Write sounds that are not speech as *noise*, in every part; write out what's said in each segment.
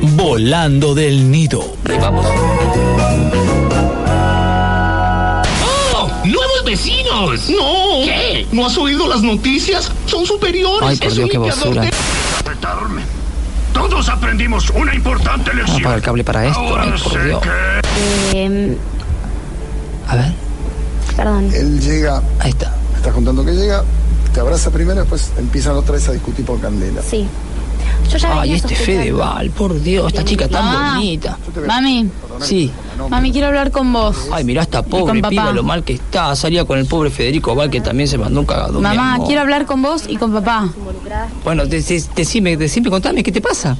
volando del nido. Ahí vamos. ¡Oh! ¡Nuevos vecinos! No. ¿Qué? ¿No has oído las noticias? Son superiores. Ay, por Es Dios, un qué limpiador basura. de- respetarme. Todos aprendimos una importante Vamos a lección. pagar el cable para esto. Ay, Ahora Ah, por sé Dios. que... Em, A ver, perdón. Él llega, ahí está. me estás contando que llega, te abraza primero, después empiezan otra vez a discutir por candela. Sí. Yo ya Ay, venía este sospechando. Fedeval, por Dios, esta chica tan Ah. bonita. Mami, Sí. mami, quiero hablar con vos. Ay, mirá esta pobre con papá. piba, lo mal que está. Salía con el pobre Federico Val, que también se mandó un cagadón. mi Mamá, amor. quiero hablar con vos y con papá. Bueno, de- de- decime, decime, contame, ¿qué te pasa?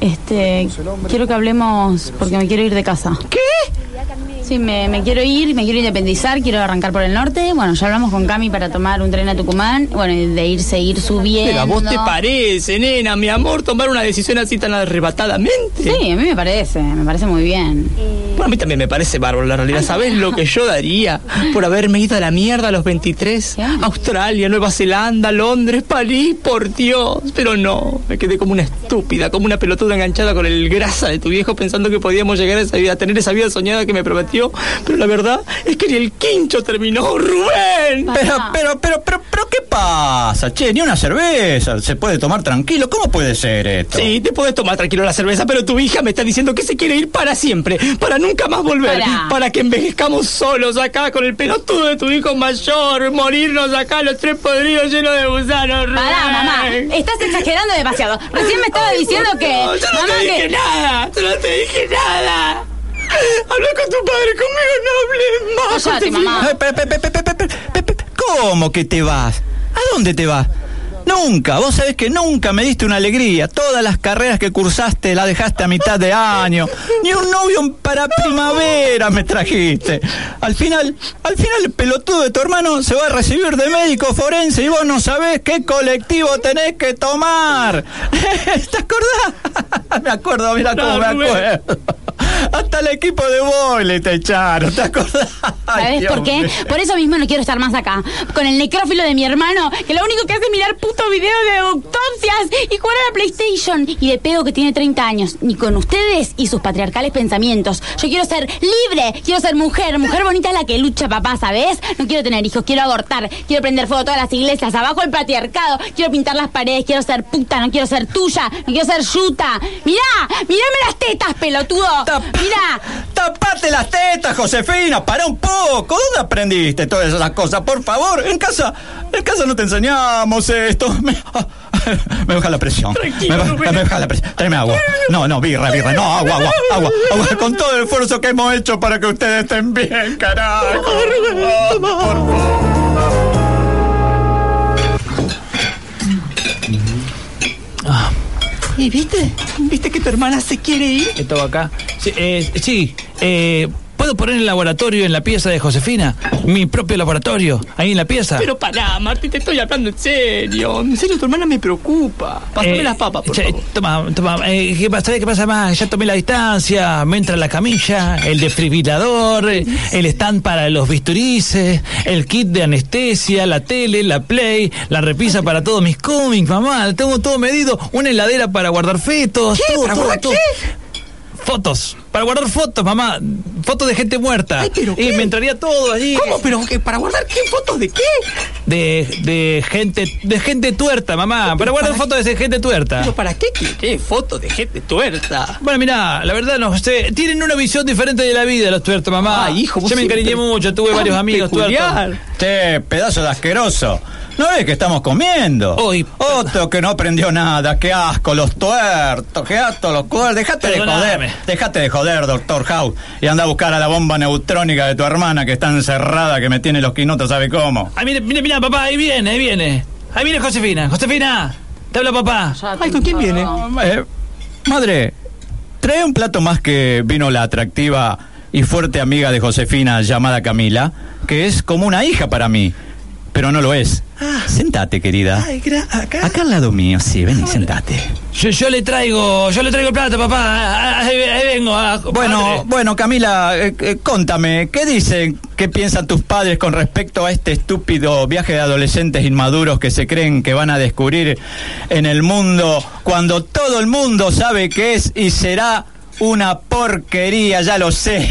Este, quiero que hablemos porque me quiero ir de casa. ¿Qué? Sí, me, me quiero ir, me quiero independizar, quiero arrancar por el norte. Bueno, ya hablamos con Cami para tomar un tren a Tucumán. Bueno, y de irse, ir subiendo. Pero a vos te parece, nena, mi amor, tomar una decisión así tan arrebatadamente. Sí, a mí me parece, me parece muy bien. Bueno, a mí también me parece bárbaro la realidad. ¿Sabés lo que yo daría por haberme ido a la mierda a los 23? ¿Qué? Australia, Nueva Zelanda, Londres, París, por Dios. Pero no, me quedé como una estúpida, como una pelotuda enganchada con el grasa de tu viejo pensando que podíamos llegar a esa vida, a tener esa vida soñada que me prometió. Pero la verdad es que ni el quincho terminó, Rubén. Pero, pero, pero, pero, pero, ¿qué pasa? Che, ni una cerveza se puede tomar tranquilo. ¿Cómo puede ser esto? Sí, te podés tomar tranquilo la cerveza, pero tu hija me está diciendo que se quiere ir para siempre, para nunca más volver, Pará. para que envejezcamos solos acá con el pelotudo de tu hijo mayor, morirnos acá los tres podridos llenos de gusanos. Pará, Rubén. mamá, estás exagerando demasiado. Recién me estaba diciendo que. No, yo no mamá, te dije que. nada, yo no te dije nada. Habla con tu padre, conmigo no hables más. Cállate, Josefina. mamá. Ay, pe- pe- pe- pe- pe- pe- pe- pe- pe- ¿Cómo que te vas? ¿A dónde te vas? Nunca, vos sabés que nunca me diste una alegría. Todas las carreras que cursaste las dejaste a mitad de año. Ni un novio para primavera me trajiste. Al final, al final el pelotudo de tu hermano se va a recibir de médico forense y vos no sabés qué colectivo tenés que tomar. *laughs* ¿Te acordás? *laughs* Me acuerdo, mira cómo me No, Rubén. acuerdo. Hasta el equipo de vole te echaron, ¿te acordás? Ay, ¿Sabes Dios por qué? mío. Por eso mismo no quiero estar más acá. Con el necrófilo de mi hermano, que lo único que hace es mirar puto video de autopsias y jugar a la PlayStation. Y de pedo que tiene 30 años. Ni con ustedes y sus patriarcales pensamientos. Yo quiero ser libre, quiero ser mujer. Mujer bonita es la que lucha, papá, ¿sabes? No quiero tener hijos, quiero abortar. Quiero prender fuego a todas las iglesias, abajo el patriarcado. Quiero pintar las paredes, quiero ser puta, no quiero ser tuya, no quiero ser yuta. Mirá, mirame las tetas, pelotudo. Tap- Mirá. Tapate las tetas, Josefina, para un poco. ¿Dónde aprendiste todas esas cosas? Por favor, en casa, en casa no te enseñamos esto. *laughs* Me, ah, me baja la presión. Tranquilo, me, ba- Rubén. me baja la presión. Tráeme agua. No, no, birra, birra. No, agua, agua, agua, agua. Con todo el esfuerzo que hemos hecho para que ustedes estén bien, carajo. ¿Y viste? ¿Viste que tu hermana se quiere ir? Estaba acá. Sí, eh, sí, eh, ¿puedo poner el laboratorio en la pieza de Josefina? Mi propio laboratorio, ahí en la pieza. Pero pará, Martín, te estoy hablando en serio. En serio, tu hermana me preocupa. Pásame Eh, las papas, por che, favor. Toma, toma. eh, ¿qué pasa? ¿Sabés ¿Qué pasa más? Ya tomé la distancia, me entra la camilla, el desfibrilador, eh, el stand para los bisturices, el kit de anestesia, la tele, la play, la repisa para todos mis cómics, mamá. Tengo todo medido, una heladera para guardar fetos. todo, ¿Para todo, guardar todo. Fotos, para guardar fotos, mamá. Fotos de gente muerta. Ay, pero y qué. me entraría todo allí. ¿Cómo? ¿Pero qué? para guardar qué fotos de qué? De, de gente de gente tuerta, mamá. Para guardar fotos de gente tuerta. ¿Pero para qué qué fotos de gente tuerta? Bueno, mirá, la verdad no sé. Tienen una visión diferente de la vida los tuertos, mamá. Ay, Ah, hijo, vos Yo me siempre encariñé mucho, tuve tan varios amigos peculiar. tuertos. Che, pedazo de asqueroso. ¿No ves que estamos comiendo? Uy, Otro que no aprendió nada. Qué asco, los tuertos. Qué asco, los cuerdos. Dejate de Perdoname. joder. Dejate de joder, doctor House. Y anda a buscar a la bomba neutrónica de tu hermana que está encerrada, que me tiene los quinotos, ¿sabe cómo? Ay, Ah, mire, mire, mira, papá, ahí viene, ahí viene. Ahí viene Josefina, Josefina. Te habla papá. Ay, ¿con quién viene? Eh, madre, trae un plato más que vino la atractiva y fuerte amiga de Josefina llamada Camila, que es como una hija para mí. pero no lo es. Sentate, querida. Ay, gra- acá. Acá al lado mío, sí, vení, sentate. Yo, yo le traigo, yo le traigo plata, ah, papá. Ahí, ahí vengo. ah, Bueno, padre. bueno, Camila, eh, eh, contame, ¿qué dicen, qué piensan tus padres con respecto a este estúpido viaje de adolescentes inmaduros que se creen que van a descubrir en el mundo cuando todo el mundo sabe que es y será una porquería, ya *laughs* lo sé,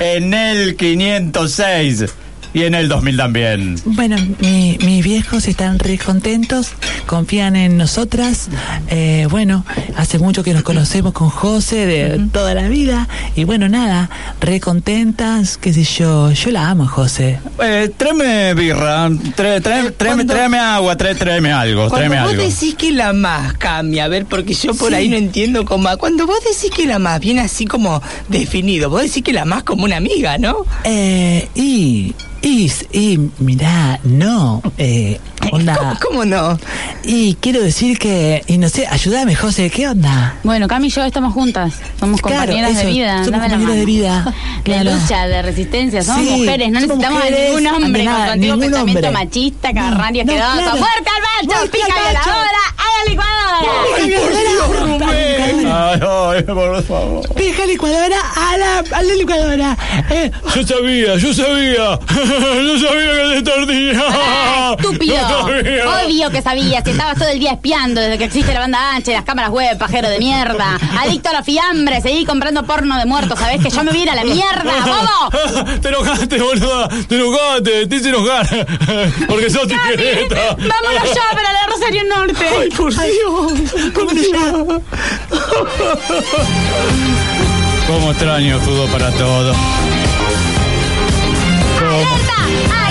en el 506 y en el 2000 también? Bueno, mi- mis viejos están re contentos, confían en nosotras. Eh, bueno, hace mucho que nos conocemos con José de toda la vida. Y bueno, nada, re contentas, qué sé yo, yo la amo, José. Eh, tráeme birra, tra- tra- tráeme, tráeme agua, tra- tráeme algo, Cuando tráeme vos algo. decís que la más, Cami, a ver, porque yo por Sí. ahí no entiendo cómo. Cuando vos decís que la más viene así como definido, vos decís que la más como una amiga, ¿no? Eh, y, y, y, mirá, no, eh, *laughs* ¿Cómo, onda. cómo no? Y quiero decir que, y no sé, ayúdame, José, ¿qué onda? Bueno, Cami y yo estamos juntas. Somos Claro, compañeras eso, de vida. somos dame la compañeras de mano. vida, *laughs* De claro. lucha, de resistencia. Somos Sí, mujeres, no somos necesitamos mujeres, a ningún hombre ante con nada, tu antiguo ningún pensamiento hombre. machista, No, carraña, no, quedoso. claro. ¡Fuerte al macho! ¡Fuerte al ¡Pícale a la macho! hora! ¡A la *laughs* licuadora! Ay, ay, por favor. Deja la licuadora a la, a la licuadora. Eh, Yo sabía, yo sabía. *laughs* yo sabía que se tardía. Ah, *laughs* ¡Estúpido! Obvio que sabías, que estabas todo el día espiando desde que existe la banda ancha y las cámaras web, pajero de mierda. Adicto a la fiambre, seguí comprando porno de muertos, ¿sabés que yo me voy a ir a la *laughs* mierda, bobo? *laughs* Te enojaste, boluda. Te enojaste, te hice enojar. *laughs* Porque sos tijereta. ¡Vámonos ya para la Rosario Norte! Por Dios, por Dios. Cómo extraño el fútbol para todos. ¡Alerta!